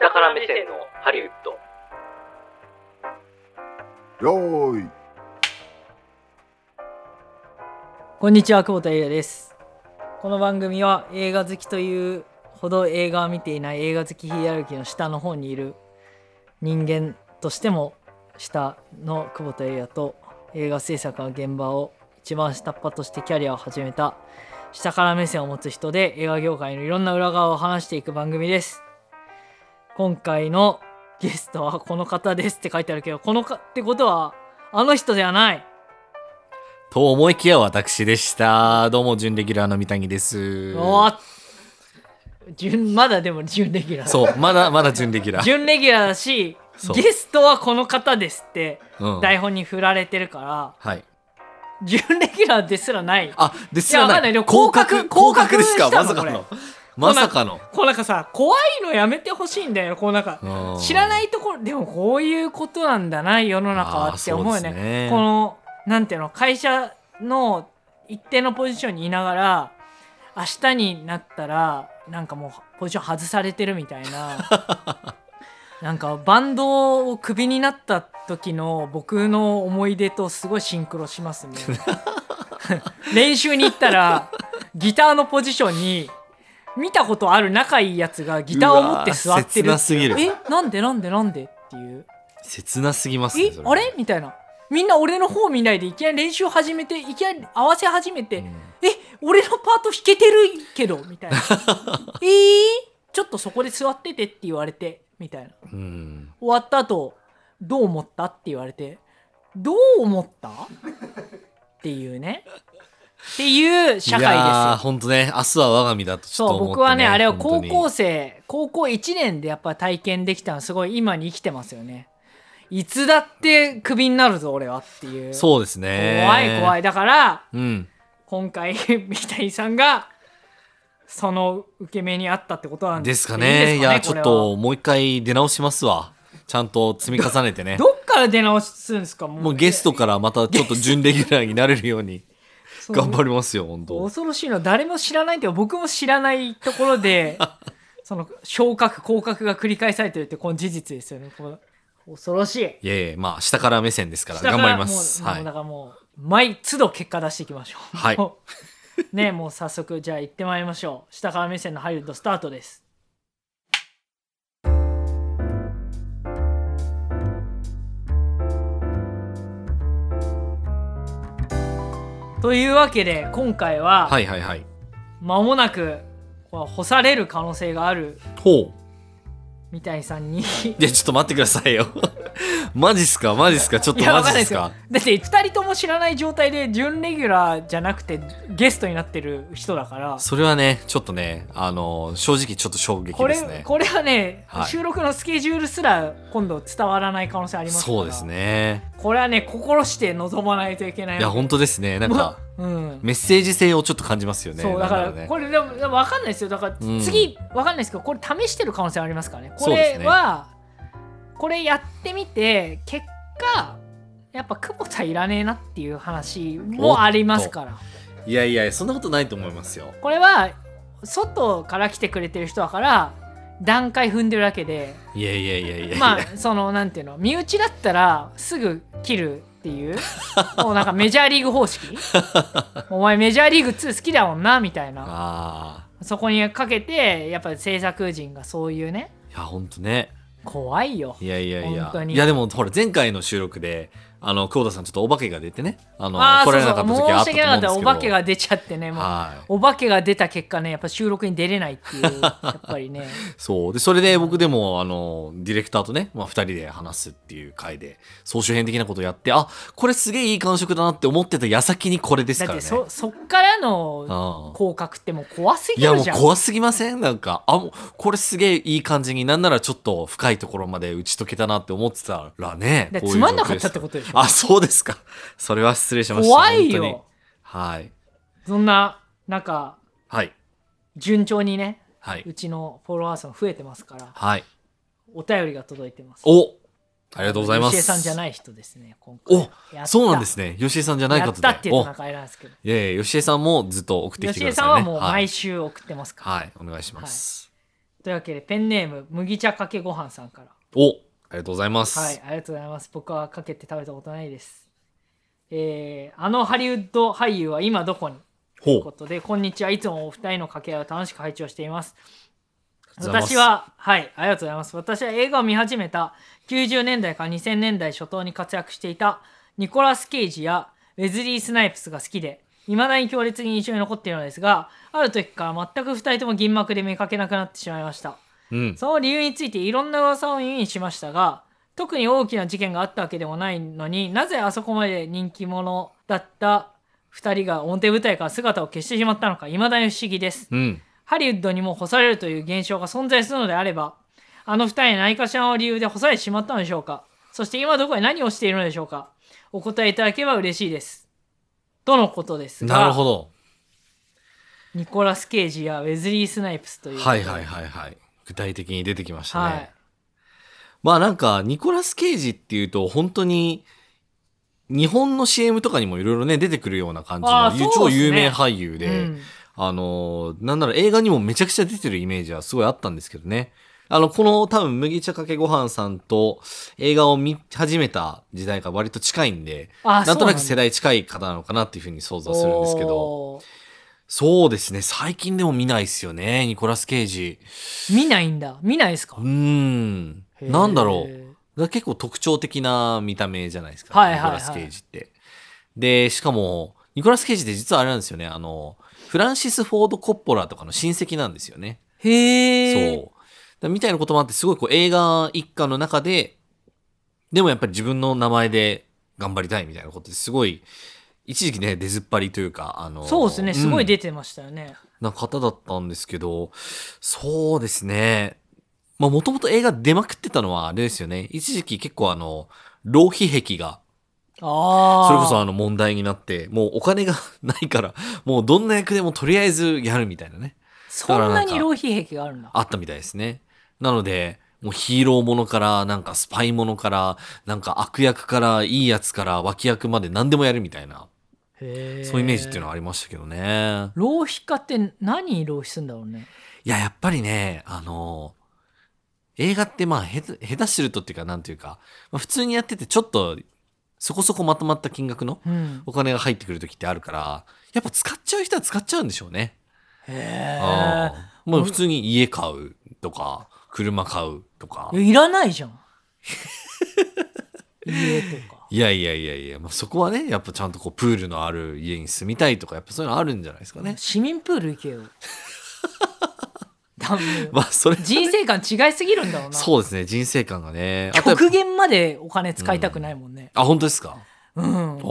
下から目線のハリウッドよーいこんにちは久保田裕也ですこの番組は映画好きというほど映画を見ていない映画好きヒエラルキーの下の方にいる人間としても下の久保田裕也と映画制作の現場を一番下っ端としてキャリアを始めた下から目線を持つ人で映画業界のいろんな裏側を話していく番組です今回のゲストはこの方ですって書いてあるけどこのかってことはあの人ではないと思いきや私でした。どうも、準レギュラーの三谷です。おー準まだでも準レギュラーそう、まだまだ準レギュラー。準レギュラーだしそうゲストはこの方ですってうん、台本に振られてるから、はい。準レギュラーですらないあ、ですよいやわかんないでね。も降格降格です降かま格したさかのの。まさかの。こうなんかさ怖いのやめてほしいんだよこうなんかうん知らないところでもこういうことなんだな世の中はって思うよねあーそうですねこのなんていうの会社の一定のポジションにいながら明日になったらなんかもうポジション外されてるみたいな なんかバンドをクビになった時の僕の思い出とすごいシンクロし ますね練習に行ったらギターのポジションに見たことある仲いいやつがギターを持って座ってるうわー切なすぎるえなんでなんでなんでっていう切なすぎますね。えそあれみたいなみんな俺の方見ないでいきなり練習始めていきなり合わせ始めて、うんえ俺のパート弾けてるけどみたい なえー、ちょっとそこで座っててって言われてみたいなうん。終わった後どう思ったって言われてどう思ったっていうねっていう社会ですいやーよ。ほんとね、明日は我が身だとちょっそとう思って、ね。僕はねあれは高校生。生高校1年でやっぱ体験できたのすごい今に生きてますよねいつだってクビになるぞ俺はっていうそうですね。怖い怖い。いだからうん。今回 三谷さんがその受け目にあったってことなんですかね。いいいですかや、ちょっこともう一回出直しますわ。ちゃんと積み重ねてれ。ねはどっから出直すんですかももうゲストからまたちょっと準レギュラーになれるよ うにそう頑張りますよ、本当。恐ろしいのは誰も知らないっていうか僕も知らないところ でその昇格降格が繰り返されてるってこの事実ですよねこう恐ろしいいやいや、まあ、下から目線ですから、下から頑張ります。もうはもういだ。からもう毎都度結果出していきましょう。はいもうねもう早速じゃあ行ってまいりましょう。下から目線のハリウッドスタートです。というわけで今回は、はいはいはい。間もなくこう干される可能性があるほう。三谷さんにいや、ちょっと待ってくださいよ。 マジっすかマジっすかちょっとマわジかんないでっすすよか。だって2人とも知らない状態で準レギュラーじゃなくてゲストになってる人だから、それはね、ちょっとね、あの、正直ちょっと衝撃こでれすね。これはね、はい収録のスケジュールすら今度伝わらない可能性ありますからそうですね。これはね心して臨まないといけないいや、本当ですね。なんか、うん、メッセージ性をちょっと感じますよね。そうだからなんねこれでもでも分かんないですよだからうん次分かんないですけどこれ試してる可能性ありますからねこそうですれねは、これやってみて結果やっぱ久保田いらねえなっていう話もありますからいやいや、そんなことないと思いますよ。これは外から来てくれてる人だから段階踏んでるだけでいやいやいやいやいや。まあそのなんていうの身内だったらすぐ切るっていう もうなんかメジャーリーグ方式お前メジャーリーグ2好きだもんなみたいなあそこにかけてやっぱり制作陣がそういうねー。いや、本当ね。怖いよいやいやい本や当。にいやでもほら前回の収録で、あの、久保田さんちょっとお化けが出てね、あの、ああ来そらうれなかそうった時があ申したっと訳思なうかんっでたすけおど。化けが出ちゃってねもう、はい。お化けが出た結果ねやっぱ収録に出れないっていうやっぱりねそう。 で、それで僕でも、あの、ディレクターとね、まあ二人で話すっていう回で、総集編的なことやって、あ、これすげえいい感触だなって思ってた矢先にこれですだかっらてね。そそっからのうん降格ってもう怖すいぎやるもうじゃん。怖すぎませんなんか、あ、もう、これすげえいい感じになんならちょっと深いところまで打ち解けたなって思ってたらね。だってこういうつまんなかっ状況たってすことでしょ。あ、そうですか。それは失礼しました。怖い本当によ。。はい。そんななんかはい。順調にね。はいうちのフォロワーさん増えてますからはい。お便りが届いてます。おありがとうございます。吉江さんじゃない人ですね今回。おやったそうなんですね。吉江さんじゃないや方っで。たっていうおとなんかあれなんですけど。いやいや、吉江さんもずっと送ってきて吉く江だささいんね。はもうはい毎週送ってますから。はい、お願いします。とというわけでペンネーム麦茶かけご飯さんからおありがとうございます。はい、ありがとうございます。僕はかけて食べたことないです。えーあのハリウッド俳優は今どこにといほうこう。とで、こんにちは。いつもお二人の掛け合いを楽しく拝聴しています。ありがとうござ私いますは、はい、ありがとうございます。私は映画を見始めた90年代から2000年代初頭に活躍していたニコラス・ケイジやウェズリー・スナイプスが好きで、未だに強烈に印象に残っているのですが、ある時から全く二人とも銀幕で見かけなくなってしまいました。うん。その理由についていろんな噂を耳にしましたが、特に大きな事件があったわけでもないのになぜあそこまで人気者だった2人が表舞台から姿を消してしまったのか未だに不思議です。うん。ハリウッドにも干されるという現象が存在するのであれば、あの2人は何かしらの理由で干されてしまったのでしょうかそして今どこで何をしているのでしょうかお答えいただければ嬉しいです。とのことですが、なるほど。ニコラス・ケイジやウェズリー・スナイプスという。はいはいはいはい。具体的に出てきましたね。はいまあなんか、ニコラス・ケイジっていうと、本当に、日本の CM とかにもいろいろね、出てくるような感じあーの、そうっすね超有名俳優で、うんあのー、なんなら映画にもめちゃくちゃ出てるイメージはすごいあったんですけどね。あの、この多分、麦茶かけご飯さんと映画を見始めた時代が割と近いんで、あなんとなくそう世だ代近い方なのかなっていうふうに想像するんですけど、おーそうですね、最近でも見ないですよね、ニコラス・ケイジ。見ないんだ見ないですかうーん、へーなんだろう。が結構特徴的な見た目じゃないですか、はいはいはいニコラス・ケイジって。で、しかも、ニコラス・ケイジって実はあれなんですよね、あの、フランシス・フォード・コッポラとかの親戚なんですよね。へえそう。だみたいなこともあって、すごいこう映画一家の中で、でもやっぱり自分の名前で頑張りたいみたいなことですごい、一時期ね、出ずっぱりというか、あの、そうですねすごいん出てましたよね、な方だったんですけど、そうですね。まあ、もともと映画出まくってたのはあれですよね。一時期結構あの、浪費癖が、ああそれこそあの問題になって、もうお金が ないから、もうどんな役でもとりあえずやるみたいなね、そんなに浪費癖があるんだあったみたいですね。なので、もうヒーローものから、なんかスパイものから、なんか悪役から、いいやつから、脇役まで何でもやるみたいな、そういそういうイメージっていうのははありましたけどね。浪費家って何に浪費するんだろうねいや、やっぱりね、あの映画ってまあ、へつ下手するとっていうか、なんていうか、まあ、普通にやっててちょっと、そこそこまとまった金額のうんお金が入ってくる時ってあるから、やっぱ使っちゃう人は使っちゃうんでしょうね。へえあーもう普通に家買うとか、車買うとかい。やいらないじゃ ん家とかいやいやいやいや、まあ、そこはね、やっぱちゃんとこう、プールのある家に住みたいとか、やっぱそういうのあるんじゃないですかね。市民プール行 けよ多分まあ、それ、人生観違いすぎるんだろうなそうですね、人生観がね。あとやっぱ極限までお金使いたくないもんね、あ、本当ですかうんお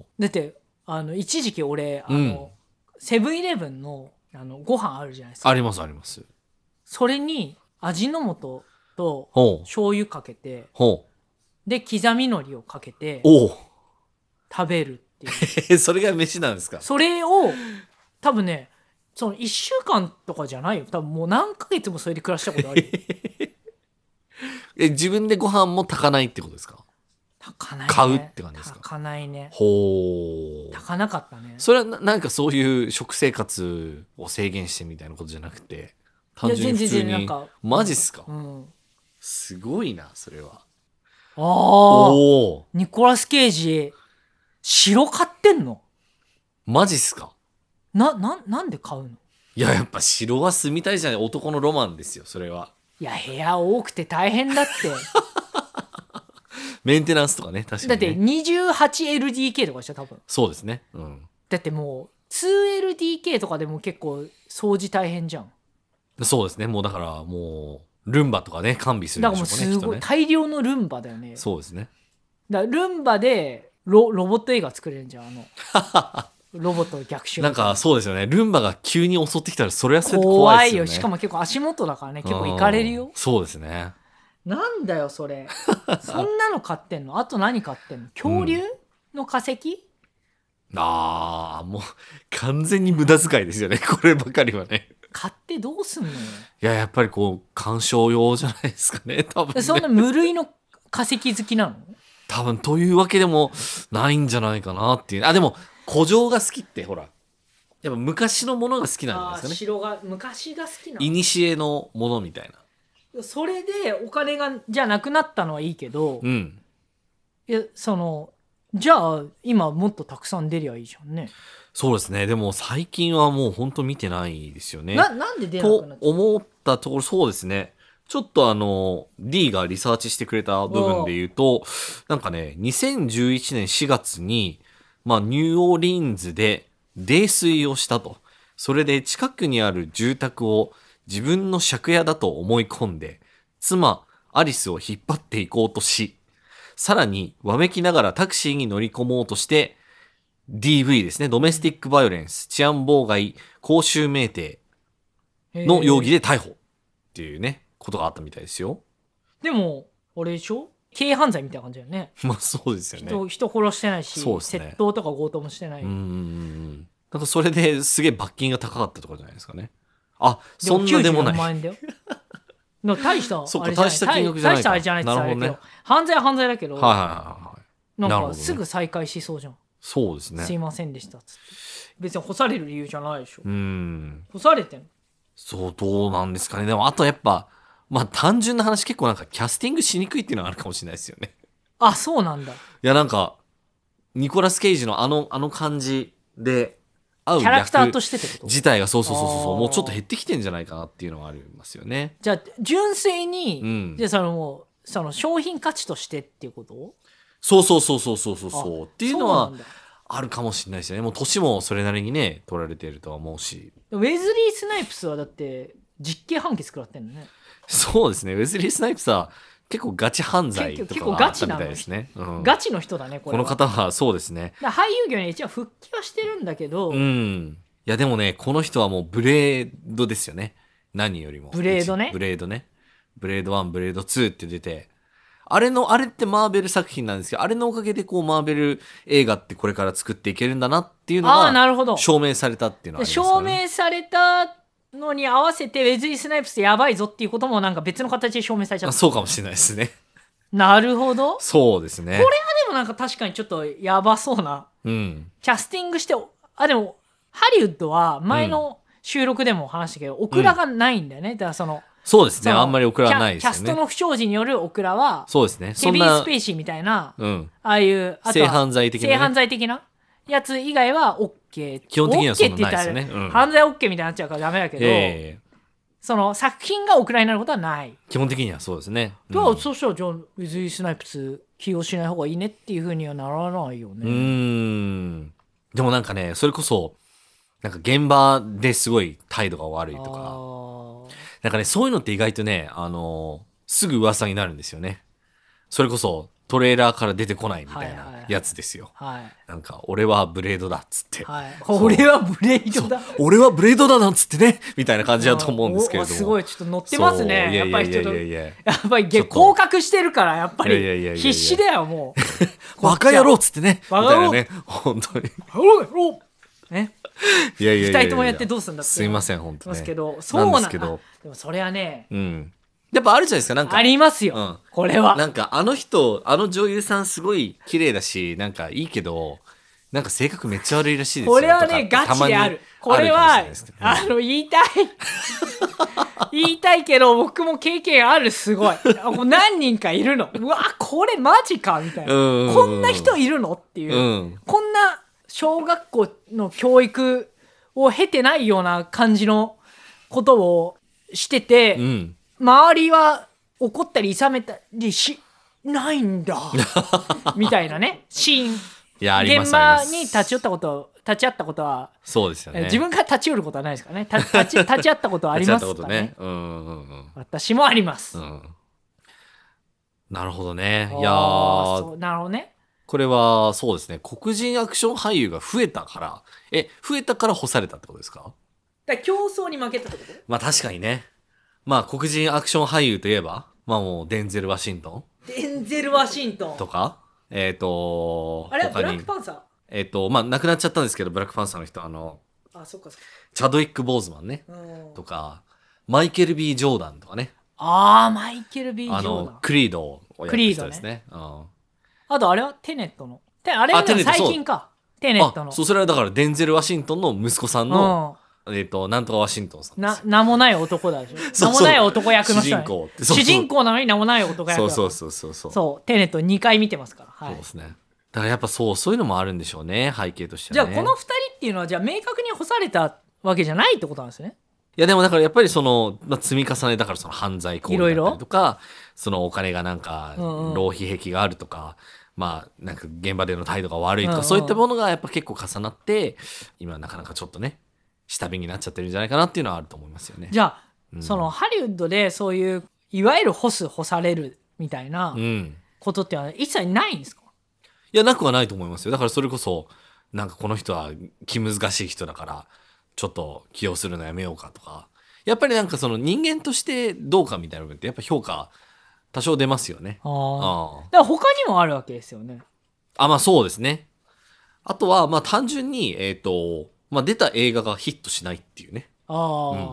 おだってあの一時期俺あの、セブンイレブンのあのご飯あるじゃないですー。あかりますあります。それに味の素とほう。醤油かけてほう。で刻み海苔をかけてお お。食べるって いうそれが飯なんですかそれを多分ねその1週間とかじゃないよ多分もう何ヶ月もそれで暮らしたことあるよ え、自分でご飯も炊かないってことですか炊かない、ね、買うって感じですか炊かないねほ炊かなかったねそれはななんかそういう食生活を制限してみたいなことじゃなくて、単純に普通に。かマジっすかうん、すごいな、それは。ああおお。ニコラス・ケイジ城買ってんのマジっすかな、な、なんで買うのいや、やっぱ城は住みたいじゃない男のロマンですよ、それは。いや、部屋多くて大変だって。メンテナンスとかね、確だかっに、ね。て 28LDK とかでしょ、多分。そうですね。うん。だってもう、2LDK とかでも結構掃除大変じゃん。そうですね。もうだから、もう、ルンバとかね、完備するだんからでもしょううすごい、ね、きっとね。大量のルンバだよね。そうですね。だからルンバでロロボット映画作れるんじゃん、あ の。ロボットの逆襲。なんかそうですよね。ルンバが急に襲ってきたら、それはそれで怖怖いいですよよ。ね。しかも結構足元だからね、結構いかれるうんよ。そうですね。なんだよ、そ れ。そんなの買ってんのあと何買ってんの恐竜の化石、ああ、もう完全に無駄遣いですよね。こればかりはね。買ってどうすんのよ。いや、やっぱりこう、鑑賞用じゃないですかね。多分、えそんね。な無類の化石好きなの多分、というわけでもないんじゃないかなっていう。あ、でも、古城が好きって、ほら、やっぱ昔のものが好きなんあですよね城が昔が好きなの古のものみたいな。それでお金がじゃなくなったのはいいけど、うん。いやそのじゃあ今もっとたくさん出りゃいいじゃんねそうですね。でも最近はもう本当見てないですよね。ななんで出なとくなっちゃっ思ったところ、そうですね。ちょっとあの、D がリサーチしてくれた部分で言うと、なんかね、2011年4月に、まあ、ニューオーリンズで泥酔をしたと。それで近くにある住宅を自分の借家だと思い込んで、妻、アリスを引っ張っていこうとし、さらに、わめきながらタクシーに乗り込もうとして、DV ですね、ドメスティックバイオレンス、治安妨害、公衆命定、たの容疑でで逮捕っていうね、ことがあったみたいですよ。 でもあれでしょ軽犯罪みたいな感じだよねまあそうですよね。人人殺してないし、そうですね窃盗とか強盗もしてない、うんうんうん。なんかそれですげえ罰金が高かったとかじゃないですかね。あ、でもそんなでも94な万い。円だよの大した そっかあれじゃ大した金額じゃない大したあれじゃないって言なるほどねけど犯罪は犯罪だけど、はいはいはいはい。なんなるほかどねすぐ再開しそうじゃん、そうですすいね。ませんでしたっつって別に干される理由じゃないでしょ、うん。干されてんのそう、どうなんですかね。でもあとやっぱ、まあ単純な話結構なんかキャスティングしにくいっていうのはあるかもしれないですよね。 あそうなんだいやなんか、ニコラス・ケイジのあの、あの感じで、合うキャラクター役としてってこと自体がそうそうそうそうそあう、ーもうちょっと減ってきてんじゃないかなっていうのはありますよね。じゃあ純粋に、うんじゃあそのもうその商品価値としてっていうことそうそうそうそうそうそうそう。っていうのそはなんだあるかもしれないですよね。もう年もそれなりにね、取られてるとは思うし。でもウェズリー・スナイプスはだって実刑判決食らってんのねそうですね。ウェズリー・スナイプスは結構ガチ犯罪結と構かがあったみたいですね。うんガチの人だねここれはの方はそうですね。だから俳優業に一応復帰はしてるんだけど、うん。いやでもね、この人はもうブレードですよね。何よりも。ブレードねブレードね。ブレード1、ブレード2って出て。あれの、あれってマーベル作品なんですけど、あれのおかげでこうマーベル映画ってこれから作っていけるんだなっていうのああながるほど証明されたっていうのはあります証かね。明されたのに合わせてウェズリー・スナイプスやばいぞっていうこともなんか別の形で証明されちゃあったそうかもしれないですね。 なるほどでそうですね。こもなんか確かにちょっとやばそうなれうん。キャスティングしてあでもハリウッドは前の収録でも話したけど、オクラがないんだよねだからそのそうですそね。のあんまりオクラはないですよね。キャキャストの不祥事によるオクラはそうですね。ケそんビン・スなペ、イシーみたいなうん。ああいうあと性は犯罪的な、ね。性犯罪的なやつ以外は OK 基本的にはそ OK んっなて言なっいでたすらよね。うん。犯罪 OK みたいになっちゃうからダメだけど、ええその作品がオクラになることはない。基本的にはそうですね。とは、うんそうしたらじゃあウィズ・イ・スナイプス起用しない方がいいねっていうふうにはならないようーね。ん。でもなんかね、それこそ、なんか現場ですごい態度が悪いとあか、ーなんかね、そういうのって意外とね、あのーすぐ噂になるんですよね。それこそ、トレーラーから出てこないみたいはいはいなやつですよ。はい。なんか、俺はブレードだっつって。はい、そう俺はブレイドだ。俺はブレードだなんつってねみたいな感じだと思うんですけれどおも。おすごい、ちょっと乗ってますそうね。いややっいぱやりいちょやっいと、ややいや。っぱりち下ょっと降格してるから、やっぱいやいやいやいやりいや必死だよ、もう。バカ野郎っつってねみバカたい野郎なね。本当に。おいおいね、いやいやいやいや。二人ともやってどうすんだって。すいまん。せん、本当まね。すけど、そうななんですけんだ。どあでもそれはね、うん。やっぱあるじゃないですか、なんか。ありますよ、うんこれは。なんかあの人、あの女優さんすごい綺麗だし、なんかいいけど、なんか性格めっちゃ悪いらしいですよこれはとかっね、てガたチまにである。これはあるかもしれないですけ、どあの、言いたい。 言いたいけど、僕も経験ある、すごい。あもう何人かいるの。うわ、これマジかみたいな。うんこんな人いるのっていう。うん。こんな小学校の教育を経てないような感じのことをしてて、うん。周りは怒ったりいさめたりしないん だみたいなねシーンいや、ありま現すあ場りますに立ち寄ったこと立ち会ったことは、そうですよね。え自分から立ち寄ることはないですからねた立ち 立ち会ったことはあります立ち会っかたことらねね。うんうんうん。私もあります、うんなるほどね。いやあーーそうなるほどねこれはそうですね。黒人アクション俳優が増えたから、え、増えたから干されたってことですかだから競争に負けたってことまあ確かにね。まあ黒人アクション俳優といえば、まあもうデンゼル・ワシントデンゼル・ワシントンンとか、えっ、と、あれはブ他ラッにク、パンサえっ、と、まあ亡くなっちゃったんですけど、ブラックパンサーの人、あの、ーあそっかそっかチャドウィック・ボーズマンね、うんとか、マイケル・ B ・ジョーダンとかね、ああ、マイケル・ B ・ジョあーダン。のあ、クリードをやった人ですね。うんとあれはテネットの。てあれあテネット最そう近か。テネットあのそうそれはだからデンゼル・ワシントンの息子さんの、えっ、となんとかワシントンさうんん、でなすよ名もない男だでしょ そう名もない男役の人、ね、主人公ってそうそう主人公なのに名もない男役だそうそうそうそうそうそうそうテネット2回見てますから、はいですねだからやっぱそうそういうのもあるんでしょうね背景としてじゃは、あね、この2人っていうのはじゃあ明確に干されたわけじゃないってことなんですねいやでもだからやっぱりその、まあ、積み重ねだからその犯罪行為だっいろいたろりとかそのお金がなんかうんうん浪費癖があるとか、まあなんか現場での態度が悪いとうか、んうんそういったものがやっぱ結構重なって今なかなかちょっとね下火になっちゃってるんじゃないかなっていうのはあると思いますよね。じゃあ、うんそのハリウッドでそういういわゆる干す干されるみたいなうん、ことっていうのは一切ないんですか、いやなくはないと思いますよだからそれこそなんかこの人は気難しい人だからちょっと起用するのやめようかとかやっぱりなんかその人間としてどうかみたいな部分ってやっぱ評価多少出ますよね。ああああだから他にもあるわけですよね。あ、まあそうですね。あとは、まあ単純に、えっ、と、まあ出た映画がヒットしないっていうね。ああ、うんま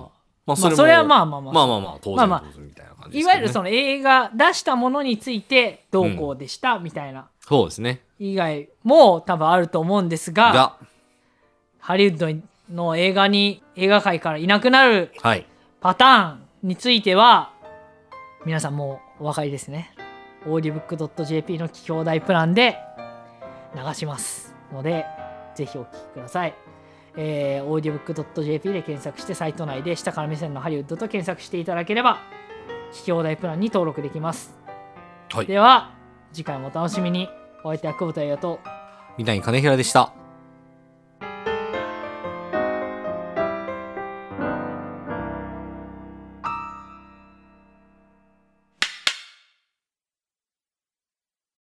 まああそれはまあまあまあ、まあまあまあ、当然まあまあ当然みたいな感じいわゆるその。の映画出したものについてどうこうでしたみたいなそうですね。以外も多分あると思うんですがが、ハリウッドの映画に映画界からいなくなるはい。パターンについては皆さんもうお分かりですねオーディブック .jp の企業大プランで流しますのでぜひお聞きくださいえー、オーディブック .jp で検索してサイト内で下から目線のハリウッドと検索していただければ企業大プランに登録できますはい。では次回もお楽しみにお相手は久保田優也と三谷金平でした。